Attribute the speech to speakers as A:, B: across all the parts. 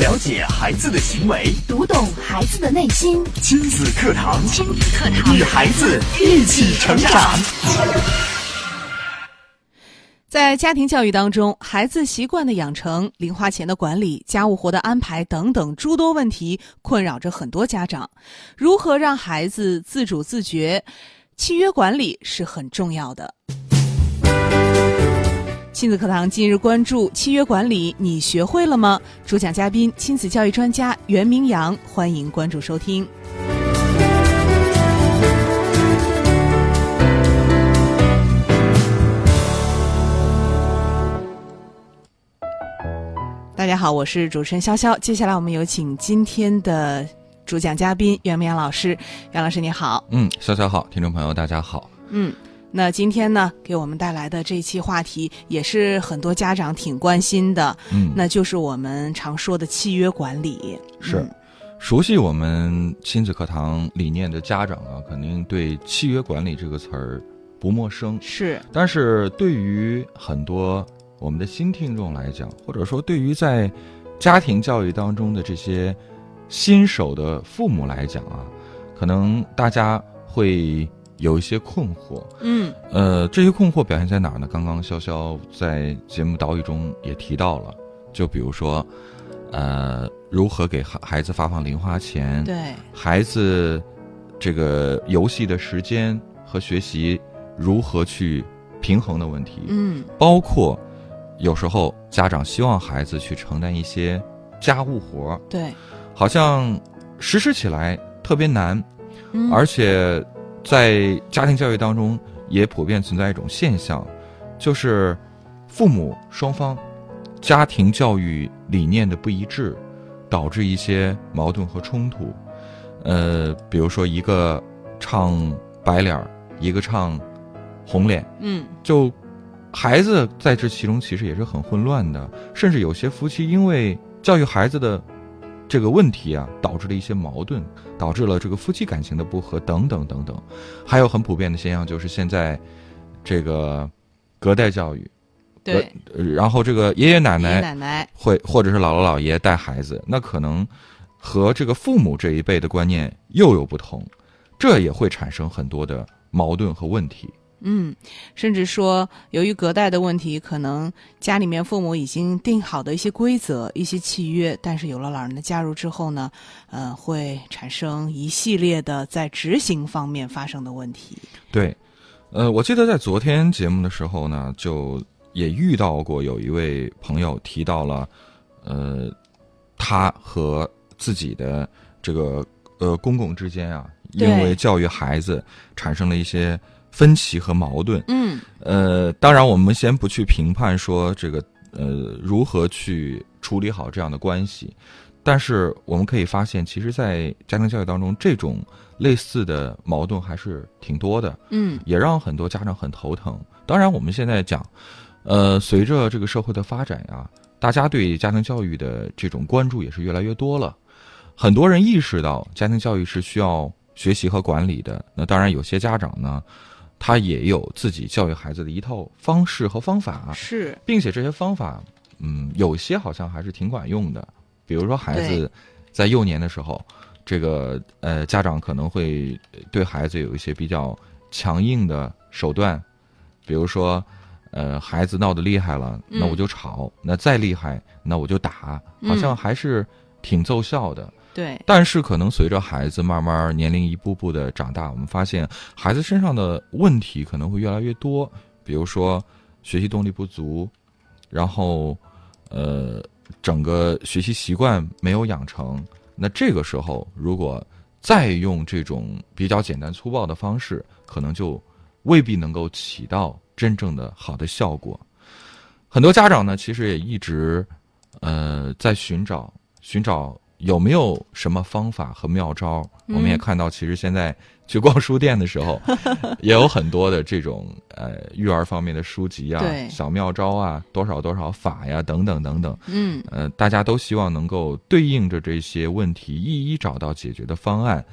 A: 了解孩子的行为，
B: 读懂孩子的内心。
A: 亲子课堂，
B: 亲子课堂
A: 与孩子一起成长。
C: 在家庭教育当中，孩子习惯的养成、零花钱的管理、家务活的安排等等诸多问题，困扰着很多家长。如何让孩子自主自觉，契约管理是很重要的。亲子课堂近日关注契约管理，你学会了吗？主讲嘉宾亲子教育专家袁明阳，欢迎关注收听。大家好，我是主持人潇潇。接下来我们有请今天的主讲嘉宾袁明阳老师。袁老师你好，
D: 嗯，潇潇好，听众朋友大家好。
C: 嗯，那今天呢给我们带来的这一期话题也是很多家长挺关心的，
D: 嗯，
C: 那就是我们常说的契约管理。嗯
D: 是熟悉我们亲子课堂理念的家长啊，肯定对“契约管理”这个词儿不陌生。
C: 是，
D: 但是对于很多我们的新听众来讲，或者说对于在家庭教育当中的这些新手的父母来讲啊，可能大家会有一些困惑。
C: 嗯
D: 呃，这些困惑表现在哪儿呢？刚刚潇潇在节目导语中也提到了，就比如说，呃，如何给孩孩子发放零花钱，
C: 对，
D: 孩子这个游戏的时间和学习如何去平衡的问题，
C: 嗯
D: 包括有时候家长希望孩子去承担一些家务活儿，
C: 对，
D: 好像实施起来特别难，
C: 嗯
D: 而且在家庭教育当中也普遍存在一种现象，就是父母双方家庭教育理念的不一致，导致一些矛盾和冲突。呃，比如说一个唱白脸儿，一个唱红脸，
C: 嗯
D: 就孩子在这其中其实也是很混乱的，甚至有些夫妻因为教育孩子的这个问题啊，导致了一些矛盾，导致了这个夫妻感情的不和等等等等。还有很普遍的现象就是现在这个隔代教育，
C: 对，
D: 呃然后这个爷爷
C: 爷
D: 奶奶
C: 爷奶奶
D: 会或者是姥姥姥爷带孩子，那可能和这个父母这一辈的观念又有不同，这也会产生很多的矛盾和问题。
C: 嗯，甚至说，由于隔代的问题，可能家里面父母已经定好的一些规则、一些契约，但是有了老人的加入之后呢，呃，会产生一系列的在执行方面发生的问题。
D: 对，呃，我记得在昨天节目的时候呢，就也遇到过有一位朋友提到了，呃，他和自己的这个呃公公之间啊，因
C: 对
D: 为教育孩子产生了一些分歧和矛盾。
C: 嗯，
D: 呃，当然我们先不去评判说这个呃如何去处理好这样的关系，但是我们可以发现，其实，在家庭教育当中，这种类似的矛盾还是挺多的。
C: 嗯，
D: 也让很多家长很头疼。当然，我们现在讲，呃，随着这个社会的发展啊，大家对家庭教育的这种关注也是越来越多了。很多人意识到家庭教育是需要学习和管理的。那当然，有些家长呢，他也有自己教育孩子的一套方式和方法，啊
C: 是，
D: 并且这些方法，嗯，有些好像还是挺管用的。比如说，孩子在幼年的时候，这个呃，家长可能会呃对孩子有一些比较强硬的手段，比如说，呃，孩子闹得厉害了，
C: 嗯
D: 那我就吵；那再厉害，那我就打，好像
C: 嗯
D: 还是挺奏效的。
C: 对，
D: 但是可能随着孩子慢慢年龄一步步的长大，我们发现孩子身上的问题可能会越来越多，比如说学习动力不足，然后呃整个学习习惯没有养成。那这个时候，如果再用这种比较简单粗暴的方式，可能就未必能够起到真正的好的效果。很多家长呢，其实也一直呃在寻找寻找有没有什么方法和妙招。
C: 嗯
D: 我们也看到，其实现在去逛书店的时候，也有很多的这种呃育儿方面的书籍啊
C: 对、
D: 小妙招啊、多少多少法呀等等等等。
C: 嗯，
D: 呃，大家都希望能够对应着这些问题，一一找到解决的方案。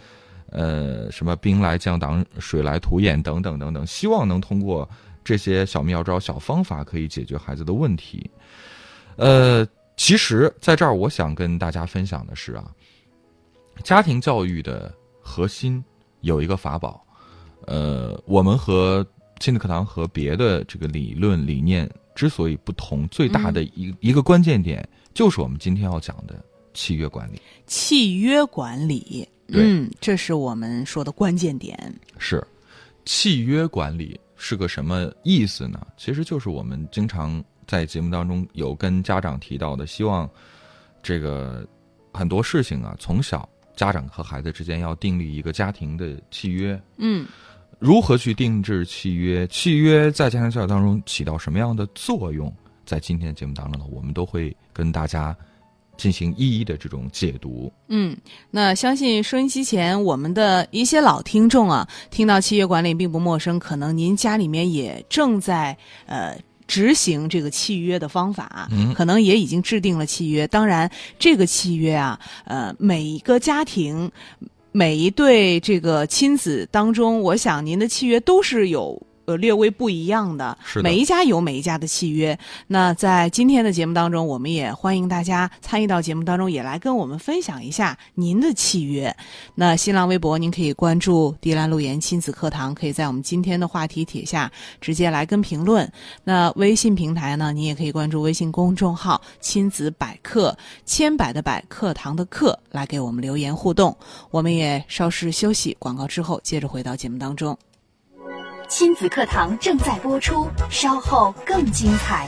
D: 呃，什么兵来将挡，水来土掩等等等等，希望能通过这些小妙招、小方法，可以解决孩子的问题。呃，其实，在这儿我想跟大家分享的是啊，家庭教育的核心有一个法宝，呃，我们和亲子课堂和别的这个理论理念之所以不同，最大的一、一个关键点就是我们今天要讲的契约管理。
C: 契约管理，
D: 对
C: 嗯，这是我们说的关键点。
D: 是，契约管理是个什么意思呢？其实就是我们经常在节目当中有跟家长提到的，希望这个很多事情啊，从小家长和孩子之间要订立一个家庭的契约。
C: 嗯
D: 如何去定制契约？契约在家庭教育当中起到什么样的作用？在今天节目当中呢，我们都会跟大家进行一一的这种解读。
C: 嗯，那相信收音机前我们的一些老听众啊，听到契约管理并不陌生，可能您家里面也正在呃。执行这个契约的方法，啊
D: 嗯
C: 可能也已经制定了契约。当然，这个契约啊，呃，每一个家庭、每一对这个亲子当中，我想您的契约都是有呃略微不一样的。
D: 是的
C: 每一家有每一家的契约。那在今天的节目当中，我们也欢迎大家参与到节目当中，也来跟我们分享一下您的契约。那新浪微博您可以关注“迪兰路言亲子课堂”，可以在我们今天的话题帖下直接来跟评论。那微信平台呢，你也可以关注微信公众号“亲子百科”，千百的百课堂的课，来给我们留言互动。我们也稍事休息，广告之后接着回到节目当中。
B: 亲子课堂正在播出，稍后更精彩。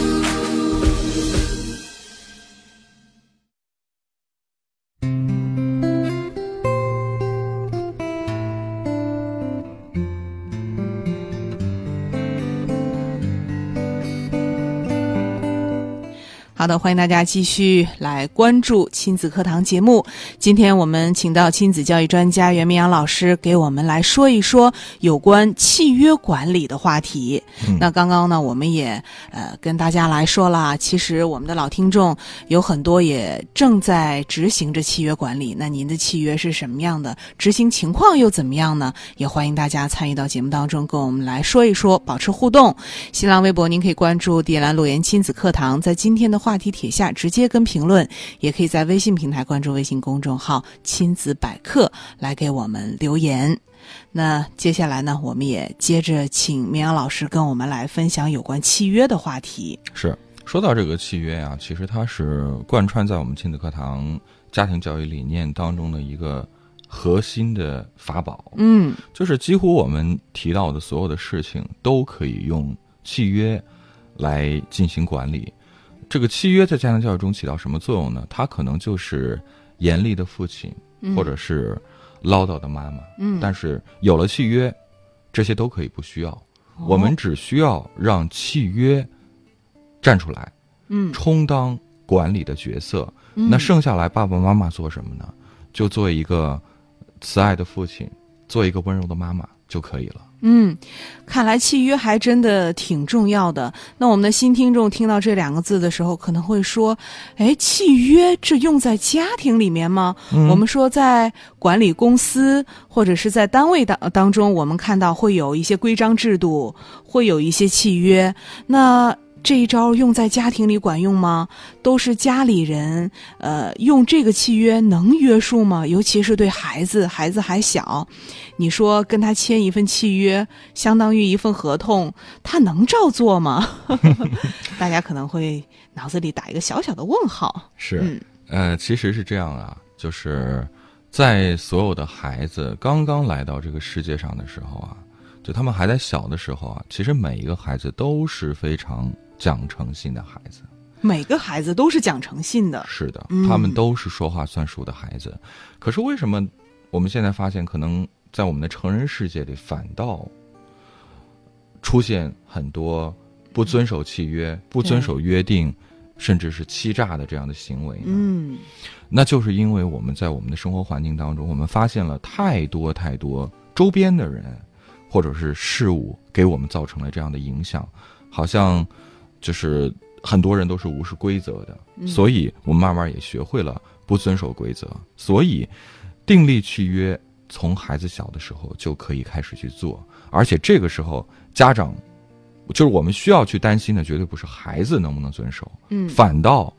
C: 好的，欢迎大家继续来关注亲子课堂节目。今天我们请到亲子教育专家袁明阳老师给我们来说一说有关契约管理的话题。那刚刚呢，我们也呃跟大家来说了，其实我们的老听众有很多也正在执行着契约管理。那您的契约是什么样的？执行情况又怎么样呢？也欢迎大家参与到节目当中，跟我们来说一说，保持互动。新浪微博您可以关注“迪兰路言亲子课堂”，在今天的话题帖下直接跟评论，也可以在微信平台关注微信公众号“亲子百科”来给我们留言。那接下来呢，我们也接着请绵阳老师跟我们来分享有关契约的话题。
D: 是说到这个契约啊，其实它是贯穿在我们亲子课堂家庭教育理念当中的一个核心的法宝，
C: 嗯
D: 就是几乎我们提到的所有的事情都可以用契约来进行管理。这个契约在家庭教育中起到什么作用呢？它可能就是严厉的父亲，或者是唠叨的妈妈。
C: 嗯
D: 但是有了契约，这些都可以不需要。我
C: 哦
D: 们只需要让契约站出来，
C: 嗯
D: 充当管理的角色。那剩下来爸爸妈妈做什么呢？就做一个慈爱的父亲，做一个温柔的妈妈就可以了。
C: 嗯，看来契约还真的挺重要的。那我们的新听众听到这两个字的时候，可能会说：“哎，契约这用在家庭里面吗？”我们说在管理公司或者是在单位当当中，我们看到会有一些规章制度，会有一些契约。那这一招用在家庭里管用吗？都是家里人，呃，用这个契约能约束吗？尤其是对孩子，孩子还小，你说跟他签一份契约，相当于一份合同，他能照做吗？ 大家可能会脑子里打一个小小的问号。
D: 是
C: 嗯
D: 呃，其实是这样啊，就是在所有的孩子刚刚来到这个世界上的时候啊，就他们还在小的时候啊，其实每一个孩子都是非常讲诚信的孩子。
C: 每个孩子都是讲诚信的，
D: 是的，
C: 嗯
D: 他们都是说话算数的孩子。可是为什么我们现在发现，可能在我们的成人世界里，反倒
C: 嗯
D: 出现很多不遵守契约、不遵守约定，甚至是欺诈的这样的行为呢？
C: 嗯
D: 那就是因为我们在我们的生活环境当中，我们发现了太多太多周边的人或者是事物给我们造成了这样的影响，好像就是很多人都是无视规则的，
C: 嗯
D: 所以我们慢慢也学会了不遵守规则，所以订立契约从孩子小的时候就可以开始去做，而且这个时候家长就是我们需要去担心的，绝对不是孩子能不能遵守，
C: 嗯，
D: 反倒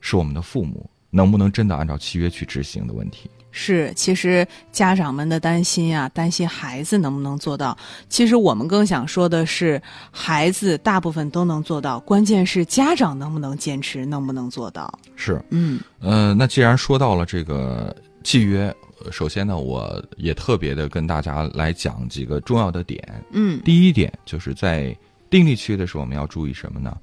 D: 是我们的父母能不能真的按照契约去执行的问题。
C: 是，其实家长们的担心啊，担心孩子能不能做到。其实我们更想说的是，孩子大部分都能做到，关键是家长能不能坚持，能不能做到。
D: 是，
C: 嗯
D: 呃，那既然说到了这个契约，呃首先呢，我也特别的跟大家来讲几个重要的点。
C: 嗯
D: 第一点就是在订立契约的时候，我们要注意什么呢？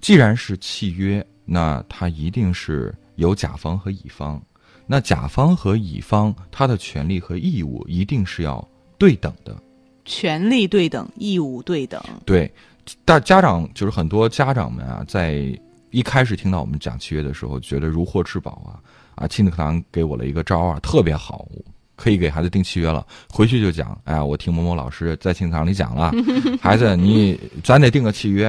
D: 既然是契约，那它一定是有甲方和乙方，那甲方和乙方他的权利和义务一定是要对等的。
C: 权利对等，义务对等。
D: 对，大家长就是很多家长们啊，在一开始听到我们讲契约的时候，觉得如获至宝啊啊，亲子课堂给我了一个招啊，特别好，可以给孩子定契约了。回去就讲，哎呀，我听某某老师在亲子课堂里讲了，孩子你咱得定个契约，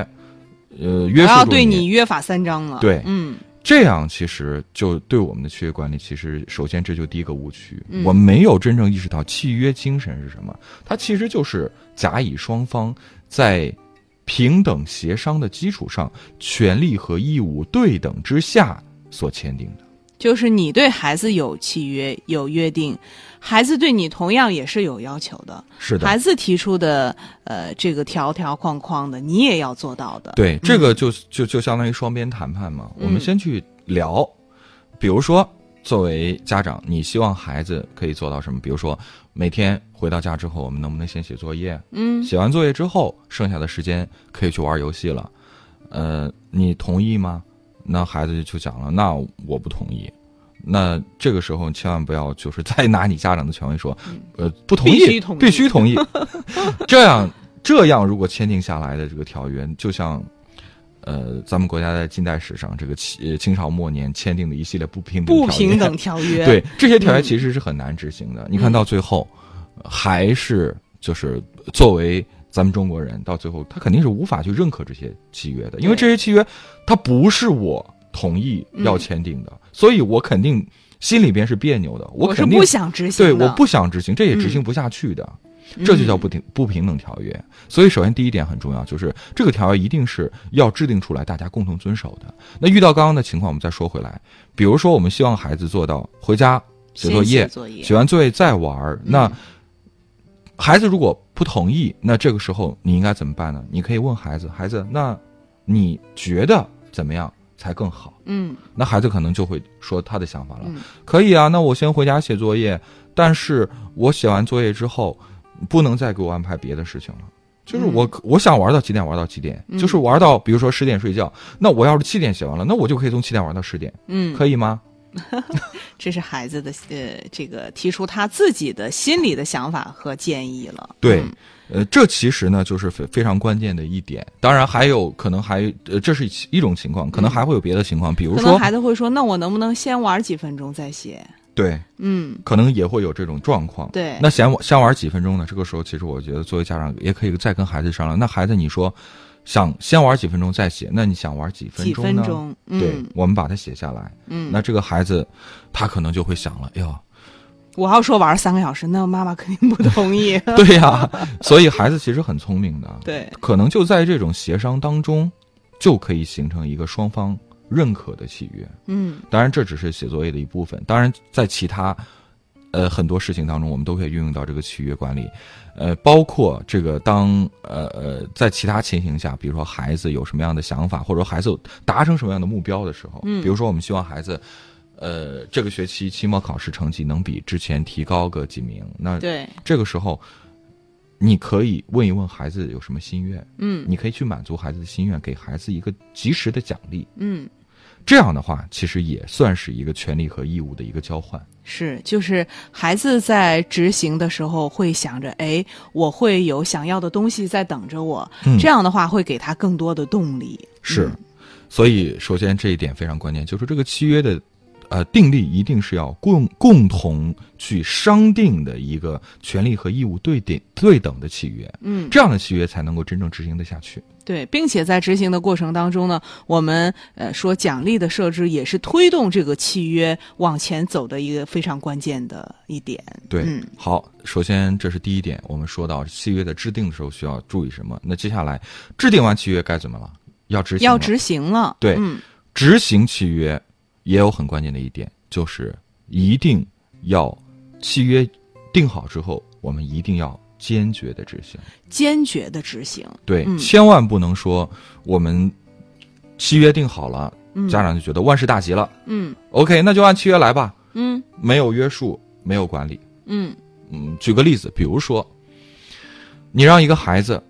D: 呃，
C: 我
D: 约束
C: 要
D: 住
C: 对你约法三章了。
D: 对
C: 嗯
D: 这样其实就对我们的契约管理，其实首先这就第一个误区，
C: 嗯
D: 我们没有真正意识到契约精神是什么。它其实就是甲乙双方在平等协商的基础上，权利和义务对等之下所签订的。
C: 就是你对孩子有契约、有约定，孩子对你同样也是有要求的。
D: 是
C: 孩子提出的呃这个条条框框的，你也要做到的。嗯
D: 对，这个就就就相当于双边谈判嘛。嗯我们先去聊，比如说，作为家长，你希望孩子可以做到什么？比如说，每天回到家之后，我们能不能先写作业？
C: 嗯
D: 写完作业之后，剩下的时间可以去玩游戏了。呃，你同意吗？那孩子就讲了，那我不同意。那这个时候千万不要就是再拿你家长的权威说，呃，不同意，
C: 嗯必须同意
D: 必须 同意这样这样，如果签订下来的这个条约，就像。呃，咱们国家在近代史上，这个清清朝末年签订的一系列不平等
C: 不
D: 条约
C: 平等条约。
D: 对，这些条约
C: 嗯
D: 其实是很难执行的。你看到最后，还是就是作为咱们中国人，到最后他肯定是无法去认可这些契约的，因
C: 对
D: 为
C: 嗯
D: 这些契约它不是我同意要签订的，所以我肯定心里边是别扭的，
C: 我是
D: 肯定
C: 不想执行
D: 对，
C: 的。嗯
D: 我不想执行，这也执行不下去的。这就叫不平不平等条约。所以，首先第一点很重要，就是这个条约一定是要制定出来，大家共同遵守的。那遇到刚刚的情况，我们再说回来，比如说我们希望孩子做到回家写
C: 先
D: 作业
C: 写，作业嗯
D: 写完作业再玩儿。那孩子如果不同意，那这个时候你应该怎么办呢？你可以问孩子，孩子，那你觉得怎么样才更好？
C: 嗯
D: 那孩子可能就会说他的想法了。
C: 嗯
D: 可以啊，那我先回家写作业，但是我写完作业之后，不能再给我安排别的事情了。就是我、我想玩到几点玩到几点，
C: 嗯
D: 就是玩到比如说十点睡觉，那我要是七点写完了，那我就可以从七点玩到十点，
C: 嗯，
D: 可以吗？
C: 这是孩子的呃这个提出他自己的心里的想法和建议了。
D: 对
C: 嗯，
D: 呃，这其实呢就是非非常关键的一点。当然还有可能还呃，这是一种情况，可能还会有别的情况，比如
C: 嗯可
D: 说
C: 能孩子会说：“那我能不能先玩几分钟再写
D: 对，？”
C: 嗯，
D: 可能也会有这种状况。
C: 对
D: 那想玩想玩几分钟呢？这个时候，其实我觉得作为家长也可以再跟孩子商量。那孩子，你说想先玩几分钟再写，那你想玩几分
C: 几
D: 钟
C: 分
D: 呢？
C: 钟，
D: 对
C: 嗯，
D: 我们把它写下来。
C: 嗯，
D: 那这个孩子，他可能就会想了，哎呦，
C: 我要说玩三个小时，那妈妈肯定不同 意。
D: 对呀、所以孩子其实很聪明的，
C: 对
D: 可能就在这种协商当中，就可以形成一个双方认可的契约。
C: 嗯，
D: 当然，这只是写作业的一部分。当然，在其他呃很多事情当中，我们都可以运用到这个契约管理，呃，包括这个当呃呃在其他情形下，比如说孩子有什么样的想法，或者说孩子有达成什么样的目标的时候，嗯，比如说我们希望孩子。呃，这个学期期末考试成绩能比之前提高个几名？那
C: 对，
D: 这个时候，你可以问一问孩子有什么心愿，
C: 嗯
D: 你可以去满足孩子的心愿，给孩子一个及时的奖励。
C: 嗯。
D: 这样的话，其实也算是一个权利和义务的一个交换。
C: 是，就是孩子在执行的时候会想着，哎，我会有想要的东西在等着我，
D: 嗯
C: 这样的话会给他更多的动力。嗯
D: 是，嗯所以，首先这一点非常关键，就是这个契约的，呃，订立一定是要共共同去商定的一个权利和义务对等对等的契约，
C: 嗯，
D: 这样的契约才能够真正执行得下去。
C: 对，并且在执行的过程当中呢，我们呃说奖励的设置也是推动这个契约往前走的一个非常关键的一点。
D: 对，
C: 嗯
D: 好，首先这是第一点，我们说到契约的制定的时候需要注意什么？那接下来制定完契约该怎么了？要执行了，
C: 要执行了，
D: 对
C: 嗯，
D: 执行契约也有很关键的一点，就是一定要契约定好之后，我们一定要坚决的执行。
C: 坚决的执行，
D: 对，
C: 嗯
D: 千万不能说我们契约定好了，家长就觉得万事大吉了、
C: 嗯
D: o k 那就按契约来吧，
C: 嗯
D: 没有约束，没有管理。
C: 嗯
D: 嗯，举个例子，比如说，你让一个孩子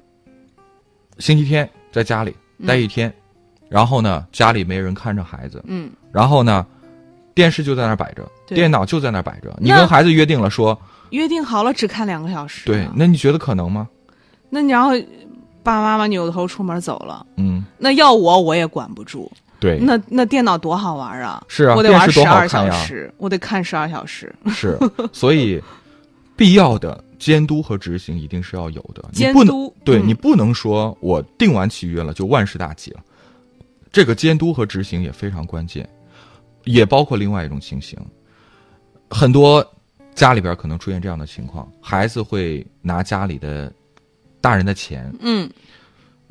D: 星期天在家里
C: 嗯
D: 待一天，然后呢，家里没人看着孩子，
C: 嗯，
D: 然后呢，电视就在那儿摆着，
C: 对
D: 电脑就在那儿摆着，你
C: 那
D: 跟孩子约定了说，
C: 约定好了只看两个小时，
D: 对，
C: 那
D: 那你觉得可能吗？
C: 那你然后爸爸妈妈扭头出门走了，
D: 嗯，
C: 那要我我也管不住，
D: 对，
C: 那那电脑多好玩啊！
D: 是啊
C: 我得玩
D: 电视
C: 十
D: 多好
C: 二
D: 看
C: 小
D: 呀
C: 时，我得看十二小时。
D: 是，所以必要的监督和执行一定是要有的，你
C: 监
D: 不能
C: 督
D: 对、
C: 嗯
D: 你不能说我定完契约了就万事大吉了，这个监督和执行也非常关键，也包括另外一种情形，很多家里边可能出现这样的情况，孩子会拿家里的大人的钱，
C: 嗯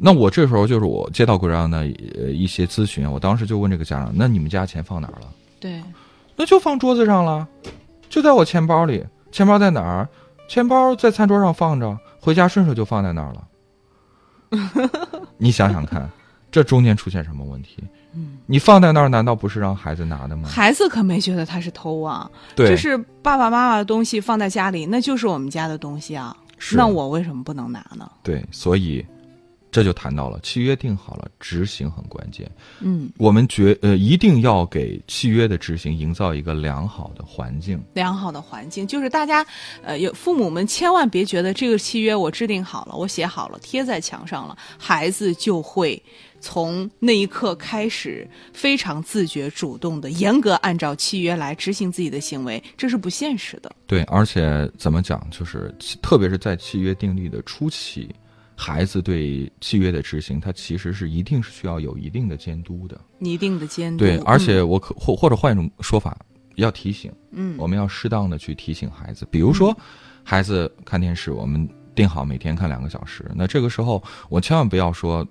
D: 那我这时候就是我接到过这样的呃一些咨询，我当时就问这个家长，那你们家钱放哪儿了？
C: 对，
D: 嗯那就放桌子上了，就在我钱包里。钱包在哪儿？钱包在餐桌上放着，回家顺手就放在那 儿了。你想想看，这中间出现什么问题？
C: 嗯
D: 你放在那儿，难道不是让孩子拿的吗？
C: 孩子可没觉得他是偷啊，
D: 对，
C: 就是爸爸妈妈的东西放在家里，那就是我们家的东西啊。
D: 是
C: 那我为什么不能拿呢？
D: 对，所以这就谈到了契约定好了，执行很关键。
C: 嗯，
D: 我们觉呃一定要给契约的执行营造一个良好的环境。
C: 良好的环境就是大家，呃，有父母们千万别觉得这个契约我制定好了，我写好了，贴在墙上了，孩子就会从那一刻开始非常自觉、主动的、严格按照契约来执行自己的行为，这是不现实的。
D: 对，而且怎么讲，就是其特别是在契约订立的初期，孩子对契约的执行，他其实是一定是需要有一定的监督的。
C: 你一定的监督，
D: 对，
C: 嗯
D: 而且我可或或者换一种说法，要提醒，
C: 嗯
D: 我们要适当的去提醒孩子，比如说，孩子看电视，我们定好每天看两个小时，那这个时候我千万不要说。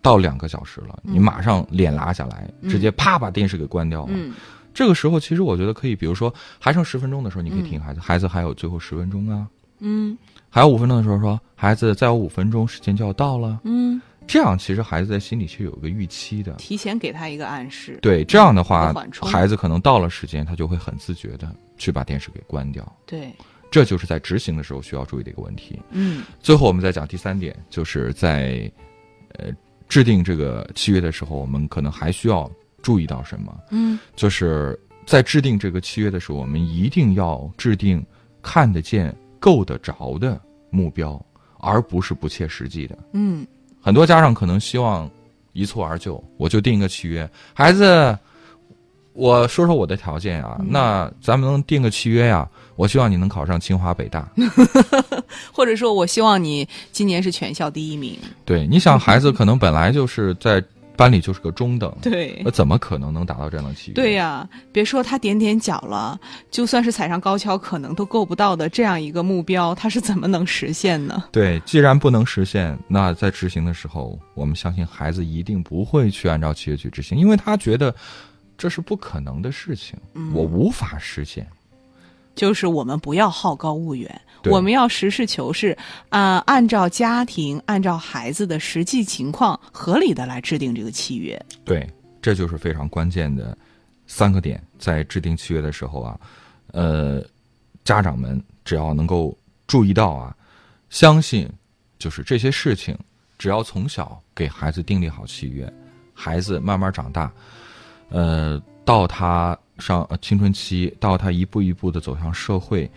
D: 到两个小时了，
C: 嗯
D: 你马上脸拉下来，直接啪把电视给关掉了。
C: 嗯
D: 这个时候，其实我觉得可以，比如说还剩十分钟的时候，你可以提醒孩子，孩子还有最后十分钟啊，
C: 嗯
D: 还有五分钟的时候说，孩子再有五分钟时间就要到了，
C: 嗯，
D: 这样其实孩子在心里是有一个预期的。
C: 提前给他一个暗示。
D: 对，这样的话
C: 有缓，冲
D: 孩子可能到了时间，他就会很自觉的去把电视给关掉。
C: 对，
D: 这就是在执行的时候需要注意的一个问题。
C: 嗯
D: 最后，我们再讲第三点，就是在呃制定这个契约的时候，我们可能还需要注意到什么？
C: 嗯
D: 就是在制定这个契约的时候，我们一定要制定看得见、够得着的目标，而不是不切实际的。
C: 嗯，
D: 很多家长可能希望一蹴而就，我就定一个契约，孩子，我说说我的条件啊，那咱们能定个契约呀、我希望你能考上清华北大。
C: 或者说我希望你今年是全校第一名。
D: 对，你想孩子可能本来就是在班里就是个中等，
C: 对
D: 那怎么可能能达到这样的契约？
C: 对呀、别说他点点脚了，就算是踩上高跷，可能都够不到的这样一个目标，他是怎么能实现呢？
D: 对，既然不能实现，那在执行的时候，我们相信孩子一定不会去按照契约去执行，因为他觉得这是不可能的事情，我无法实现。
C: 就是我们不要好高骛远，
D: 对
C: 我们要实事求是，啊、按照家庭、按照孩子的实际情况，合理的来制定这个契约。
D: 对，这就是非常关键的三个点，在制定契约的时候啊，呃，家长们只要能够注意到啊，相信就是这些事情，只要从小给孩子订立好契约，孩子慢慢长大，呃，到他上呃青春期，到他一步一步的走向社会，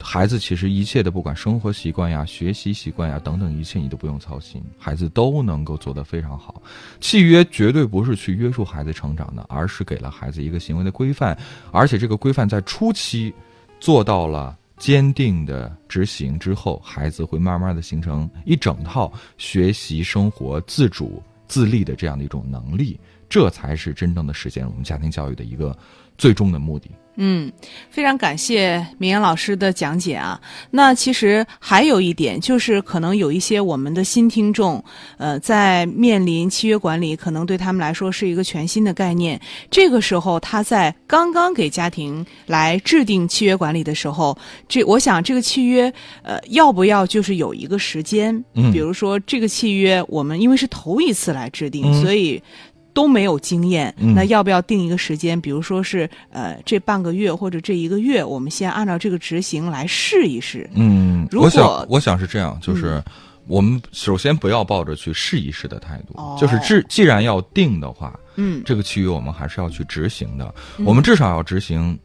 D: 孩子其实一切的，不管生活习惯呀、学习习惯呀等等一切，你都不用操心，孩子都能够做得非常好。契约绝对不是去约束孩子成长的，而是给了孩子一个行为的规范，而且这个规范在初期做到了坚定的执行之后，孩子会慢慢的形成一整套学习、生活、自主、自立的这样的一种能力，这才是真正的实现我们家庭教育的一个最终的目的。
C: 嗯，非常感谢明阳老师的讲解啊。那其实还有一点，就是可能有一些我们的新听众，呃，在面临契约管理，可能对他们来说是一个全新的概念。这个时候，他在刚刚给家庭来制定契约管理的时候，这我想这个契约，呃，要不要就是有一个时间？
D: 嗯
C: 比如说这个契约，我们因为是头一次来制定，
D: 嗯
C: 所以都没有经验，
D: 嗯
C: 那要不要定一个时间？比如说是呃这半个月或者这一个月，我们先按照这个执行来试一试。
D: 嗯，
C: 如
D: 我想
C: 果嗯
D: 我想是这样，就是我们首先不要抱着去试一试的态度，
C: 哦
D: 就是既既然要定的话，
C: 嗯，
D: 这个契约我们还是要去执行的，我们至少要执行，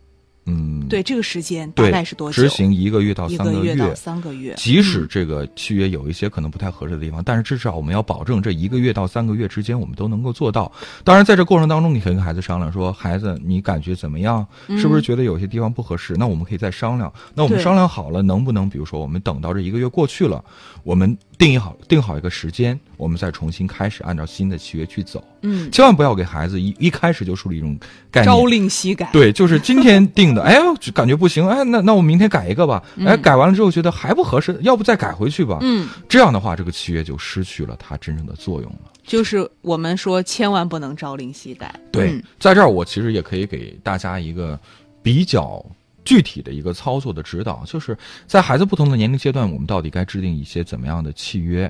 D: 嗯，
C: 对，这个时间大
D: 对，
C: 概是多久？
D: 执行一个月到
C: 一
D: 三
C: 个
D: 个
C: 月到三个月。
D: 即使这个契约有一些可能不太合适的
C: 嗯
D: 地方，但是至少我们要保证这一个月到三个月之间我们都能够做到。当然，在这过程当中，你可以跟孩子商量说：“孩子，你感觉怎么样？是不是觉得有些地方不合适？”那我们可以再商量。那我们
C: 嗯对
D: 商量好了，能不能比如说我们等到这一个月过去了，我们定义好定好一个时间，我们再重新开始按照新的契约去走。
C: 嗯，
D: 千万不要给孩子一一开始就树立一种概念，
C: 朝令夕改。
D: 对，就是今天定的， 哎呦，就感觉不行，哎，那那我明天改一个吧，哎，改完了之后觉得还不合适，要不再改回去吧。
C: 嗯，
D: 这样的话，这个契约就失去了它真正的作用了。
C: 就是我们说千万不能朝令夕改。嗯
D: 在这儿我其实也可以给大家一个比较。具体的一个操作的指导，就是在孩子不同的年龄阶段，我们到底该制定一些怎么样的契约？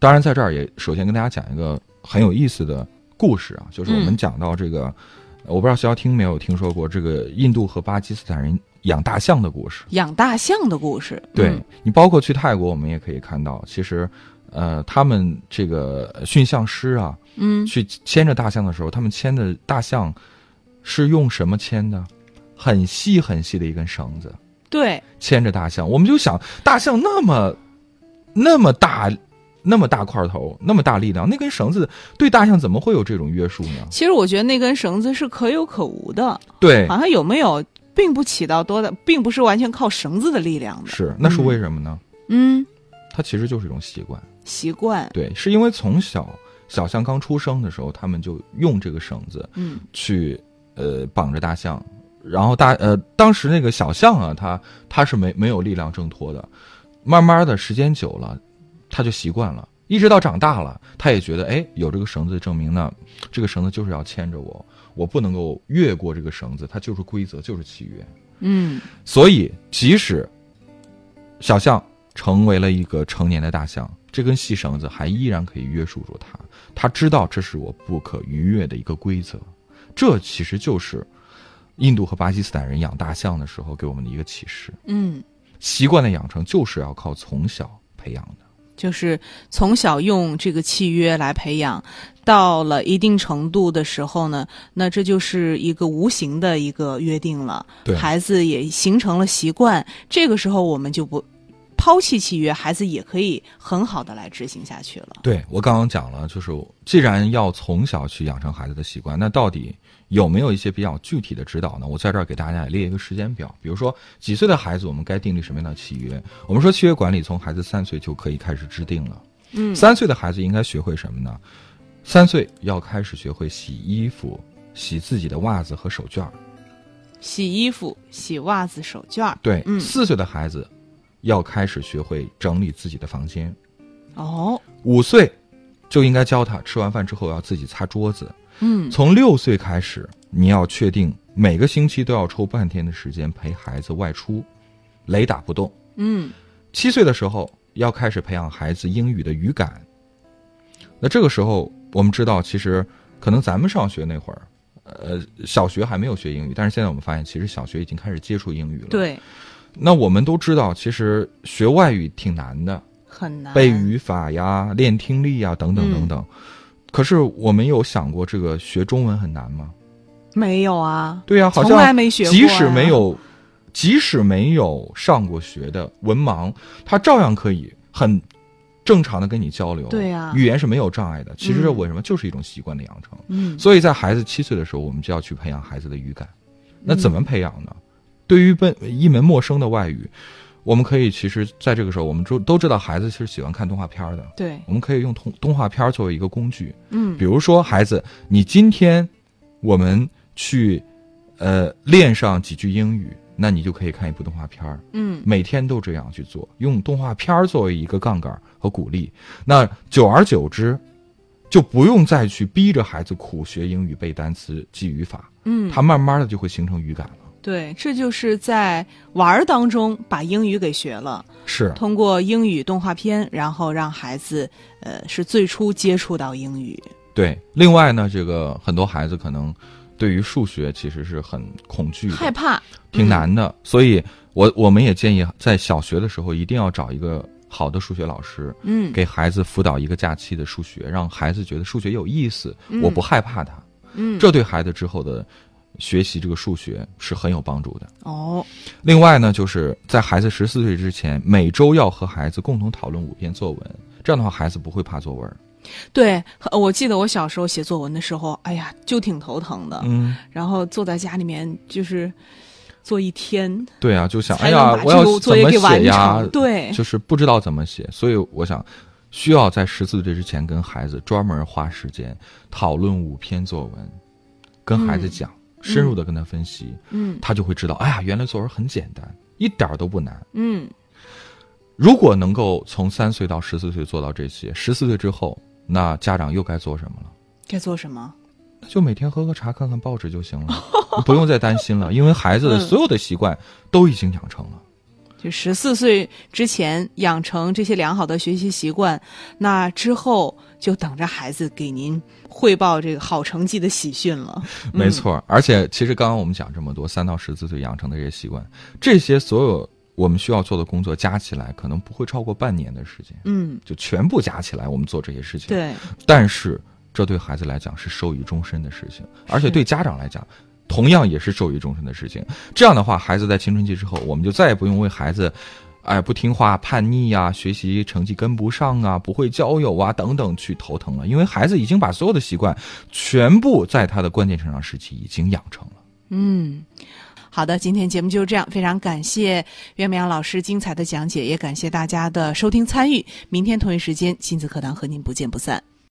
D: 当然，在这儿也首先跟大家讲一个很有意思的故事啊，就是我们
C: 嗯
D: 讲到这个，我不知道小小听没有听说过这个印度和巴基斯坦人养大象的故事。
C: 养大象的故事。
D: 对、
C: 嗯
D: 你，包括去泰国，我们也可以看到，其实，呃，他们这个驯象师啊，
C: 嗯，
D: 去牵着大象的时候，他们牵的大象是用什么牵的？很细很细的一根绳子
C: 对，
D: 牵着大象。我们就想，大象那么那么大。那么大块头，那么大力量，那根绳子对大象怎么会有这种约束呢？
C: 其实我觉得那根绳子是可有可无的，
D: 对，
C: 好像有没有并不起到多大，并不是完全靠绳子的力量的。
D: 是，那是为什么呢？
C: 嗯，
D: 它其实就是一种习惯。
C: 习惯。
D: 对，是因为从小小象刚出生的时候，他们就用这个绳子
C: 嗯
D: 去呃绑着大象，然后大呃当时那个小象啊，它它是没没有力量挣脱的，慢慢的时间久了，它就习惯了，一直到长大了，它也觉得哎有这个绳子证明呢，这个绳子就是要牵着我，我不能够越过这个绳子，它就是规则，就是契约。
C: 嗯。
D: 所以，即使小象成为了一个成年的大象，这根细绳子还依然可以约束住它。它知道这是我不可逾越的一个规则。这其实就是印度和巴基斯坦人养大象的时候给我们的一个启示。
C: 嗯，
D: 习惯的养成就是要靠从小培养的。
C: 就是从小用这个契约来培养，到了一定程度的时候呢，那这就是一个无形的一个约定了。
D: 对
C: 孩子也形成了习惯，这个时候我们就不抛弃契约，孩子也可以很好的来执行下去了。
D: 对我刚刚讲了，就是既然要从小去养成孩子的习惯，那到底有没有一些比较具体的指导呢？我在这儿给大家也列一个时间表，比如说几岁的孩子，我们该订立什么样的契约？我们说契约管理从孩子三岁就可以开始制定了。
C: 嗯
D: 三岁的孩子应该学会什么呢？三岁要开始学会洗衣服、洗自己的袜子和手绢儿。
C: 洗衣服、洗袜子、手绢儿。
D: 对，
C: 嗯，
D: 四岁的孩子要开始学会整理自己的房间。
C: 哦，
D: 五岁就应该教他吃完饭之后要自己擦桌子。
C: 嗯
D: 从六岁开始，你要确定每个星期都要抽半天的时间陪孩子外出，雷打不动。
C: 嗯，
D: 七岁的时候要开始培养孩子英语的语感。那这个时候，我们知道，其实可能咱们上学那会儿，呃，小学还没有学英语，但是现在我们发现，其实小学已经开始接触英语了。，
C: 对，
D: 那我们都知道，其实学外语挺难的，
C: 很难
D: 背语法呀、练听力呀等等等等。
C: 嗯
D: 可是我们有想过，这个学中文很难吗？
C: 没有啊？
D: 对呀、好像
C: 从来没学过啊
D: 即使没有，即使没有上过学的文盲，他照样可以很正常的跟你交流。
C: 对呀
D: 语言是没有障碍的。其实这
C: 嗯
D: 为什么就是一种习惯的养成。
C: 嗯，
D: 所以在孩子七岁的时候，我们就要去培养孩子的语感。
C: 嗯
D: 那怎么培养呢？对于本一门陌生的外语，我们可以其实在这个时候，我们都都知道孩子是喜欢看动画片儿的，
C: 对，
D: 我们可以用动动画片儿作为一个工具。
C: 嗯
D: 比如说，孩子，你今天我们去呃练上几句英语，那你就可以看一部动画片儿。
C: 嗯
D: 每天都这样去做，用动画片儿作为一个杠杆儿和鼓励。那久而久之，就不用再去逼着孩子苦学英语、背单词、记语法，
C: 嗯，
D: 他慢慢的就会形成语感了。
C: 对，这就是在玩儿当中把英语给学了，
D: 是
C: 通过英语动画片，然后让孩子呃是最初接触到英语。
D: 对。另外呢，这个很多孩子可能对于数学其实是很恐惧的、
C: 害怕，
D: 挺难的，所以我我们也建议在小学的时候一定要找一个好的数学老师，
C: 嗯，
D: 给孩子辅导一个假期的数学，让孩子觉得数学有意思，我不害怕它。
C: 嗯，
D: 这对孩子之后的学习这个数学是很有帮助的。
C: 哦，
D: 另外呢，就是在孩子十四岁之前，每周要和孩子共同讨论五篇作文，这样的话孩子不会怕作文。
C: 对，呃我记得我小时候写作文的时候，哎呀，就挺头疼的，
D: 嗯，
C: 然后坐在家里面就是坐一天，
D: 对啊，就想哎
C: 才能
D: 呀
C: 把，
D: 我
C: 这
D: 要
C: 个作
D: 怎
C: 业
D: 么
C: 给完
D: 写呀
C: 成。？对，
D: 就是不知道怎么写，所以我想，需要在十四岁之前跟孩子专门花时间讨论五篇作文，跟孩子讲，深入的跟他分析，
C: 嗯
D: 他就会知道，哎呀，原来作文很简单，一点儿都不难。
C: 嗯
D: 如果能够从三岁到十四岁做到这些，十四岁之后，那家长又该做什么了？
C: 该做什么？
D: 那就每天喝喝茶、看看报纸就行了，你不用再担心了，因为孩子的所有的习惯都已经养成了。
C: 就十四岁之前养成这些良好的学习习惯，那之后就等着孩子给您汇报这个好成绩的喜讯了。
D: 没错儿，而且其实刚刚我们讲这么多，三到十四岁养成的这些习惯，这些所有我们需要做的工作加起来，可能不会超过半年的时间，
C: 嗯，
D: 就全部加起来我们做这些事情。，
C: 对，
D: 但是这对孩子来讲是受益终身的事情，而且对家长来讲。同样也是受益终身的事情。这样的话，孩子在青春期之后，我们就再也不用为孩子，哎，不听话、叛逆呀、学习成绩跟不上啊、不会交友啊等等去头疼了，因为孩子已经把所有的习惯全部在他的关键成长时期已经养成了。
C: 嗯。好的，今天节目就是这样，非常感谢袁明阳老师精彩的讲解，也感谢大家的收听参与。明天同一时间，亲子课堂和您不见不散。